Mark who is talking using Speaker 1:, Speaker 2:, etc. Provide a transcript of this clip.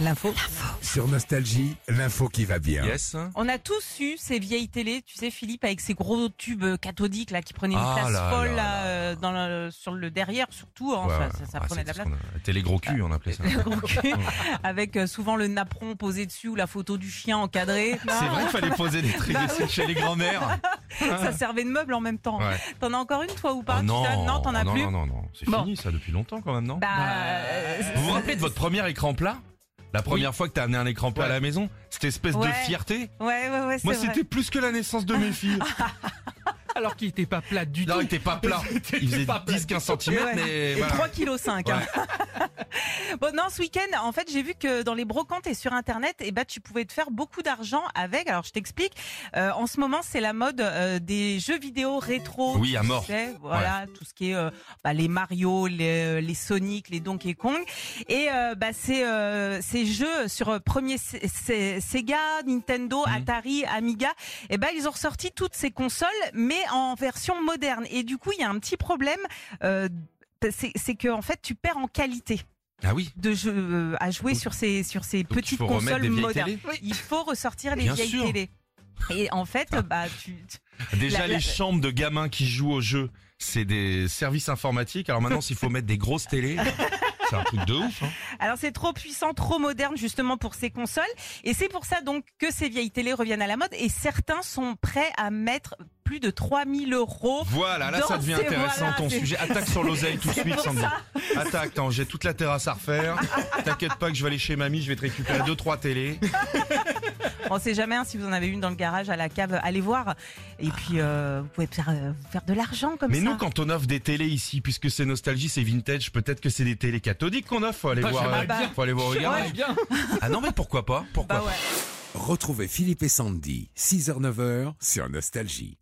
Speaker 1: L'info.
Speaker 2: Sur Nostalgie, l'info qui va bien.
Speaker 3: Yes.
Speaker 1: On a tous eu ces vieilles télés, tu sais, Philippe, avec ces gros tubes cathodiques là, qui prenaient une
Speaker 3: Ah
Speaker 1: place
Speaker 3: là
Speaker 1: folle
Speaker 3: là
Speaker 1: là,
Speaker 3: là.
Speaker 1: euh, dans le- sur le derrière, surtout. hein,
Speaker 3: Ouais,
Speaker 1: ça,
Speaker 3: ouais.
Speaker 1: ça- ça
Speaker 3: Ah,
Speaker 1: prenait de la
Speaker 3: c'est
Speaker 1: place.
Speaker 3: parce qu'on a- Télé gros cul, on appelait ça.
Speaker 1: Donc, avec euh, souvent le napperon posé dessus ou la photo du chien encadré.
Speaker 3: C'est vrai qu'il fallait poser des trucs
Speaker 1: Bah
Speaker 3: dessus chez les grands-mères.
Speaker 1: Ça servait de meuble en même temps.
Speaker 3: Ouais.
Speaker 1: T'en as encore une toi ou pas
Speaker 3: Oh
Speaker 1: tu t'as-
Speaker 3: Ah. non,
Speaker 1: ah, t'en as
Speaker 3: non,
Speaker 1: plus.
Speaker 3: non, non, non. c'est
Speaker 1: Bon.
Speaker 3: fini ça depuis longtemps quand même, non
Speaker 1: Bah, euh,
Speaker 3: Vous vous rappelez de votre premier écran plat La première fois que t'as amené un écran plat à la maison Cette espèce de
Speaker 1: Ouais.
Speaker 3: fierté
Speaker 1: ouais, ouais, ouais, c'est
Speaker 3: Moi,
Speaker 1: vrai. Ah,
Speaker 3: c'était plus que la naissance de mes filles.
Speaker 4: Alors qu'il était pas plat du
Speaker 3: Non, il
Speaker 4: tout.
Speaker 3: était pas plat. Il faisait
Speaker 4: pas plat.
Speaker 3: 10-15 cm,
Speaker 1: Ouais.
Speaker 3: mais
Speaker 1: Et
Speaker 3: voilà.
Speaker 1: 3,5 kg. hein. bon, non, ce week-end, en fait, j'ai vu que dans les brocantes et sur Internet, eh ben, tu pouvais te faire beaucoup d'argent avec. Alors, je t'explique. Euh, en ce moment, c'est la mode euh, des jeux vidéo rétro.
Speaker 3: Oui, à
Speaker 1: tu
Speaker 3: mort.
Speaker 1: sais, voilà, tout ce qui est euh, bah, les Mario, les, euh, les Sonic, les Donkey Kong. Et euh, bah, c'est, euh, ces jeux sur euh, premier Se- Se- Sega, Nintendo,
Speaker 3: Mhm.
Speaker 1: Atari, Amiga, eh ben, ils ont ressorti toutes ces consoles, mais en version moderne. Et du coup, il y a un petit problème. euh, c'est c'est que en fait tu perds en qualité
Speaker 3: Ah oui.
Speaker 1: de jeu euh, à jouer
Speaker 3: Donc-
Speaker 1: sur ces sur ces
Speaker 3: Donc, il
Speaker 1: petites
Speaker 3: faut remettre
Speaker 1: consoles
Speaker 3: des vieilles
Speaker 1: modernes.
Speaker 3: télés.
Speaker 1: Il faut ressortir les
Speaker 3: Bien
Speaker 1: vieilles
Speaker 3: sûr. Ah.
Speaker 1: télés. Et en fait, bah tu
Speaker 3: Déjà,
Speaker 1: La- la-
Speaker 3: les chambres de gamins qui jouent au jeu, c'est des services informatiques. Alors maintenant, s'il faut mettre des grosses télés, c'est un truc de ouf. hein.
Speaker 1: alors c'est trop puissant, trop moderne justement pour ces consoles. Et c'est pour ça donc que ces vieilles télés reviennent à la mode. Et certains sont prêts à mettre plus de 3000 euros.
Speaker 3: Voilà, là,
Speaker 1: Dans
Speaker 3: ça devient
Speaker 1: ces-
Speaker 3: intéressant
Speaker 1: voilà,
Speaker 3: ton
Speaker 1: c'est-
Speaker 3: sujet. Attaque sur l'oseille tout de
Speaker 1: C'est
Speaker 3: suite,
Speaker 1: pour
Speaker 3: Sandy.
Speaker 1: ça.
Speaker 3: Attaque, attends, j'ai toute la terrasse à refaire. T'inquiète pas que je vais aller chez mamie, je vais te récupérer deux trois télés.
Speaker 1: On sait jamais hein, si vous en avez une dans le garage, à la cave, allez voir. Et puis euh, vous pouvez faire, euh, faire de l'argent comme
Speaker 3: Mais
Speaker 1: ça.
Speaker 3: nous, quand on offre des télés ici, puisque c'est nostalgie, c'est vintage, peut-être que c'est des télés cathodiques qu'on offre. Faut aller
Speaker 4: Bah,
Speaker 3: voir, euh,
Speaker 4: j'aimerais
Speaker 1: bien.
Speaker 3: faut aller voir au garage.
Speaker 4: J'aimerais bien.
Speaker 3: Ah non, mais pourquoi pas Pourquoi
Speaker 1: bah ouais.
Speaker 2: Retrouvez Philippe et Sandy, 6h-9h sur Nostalgie.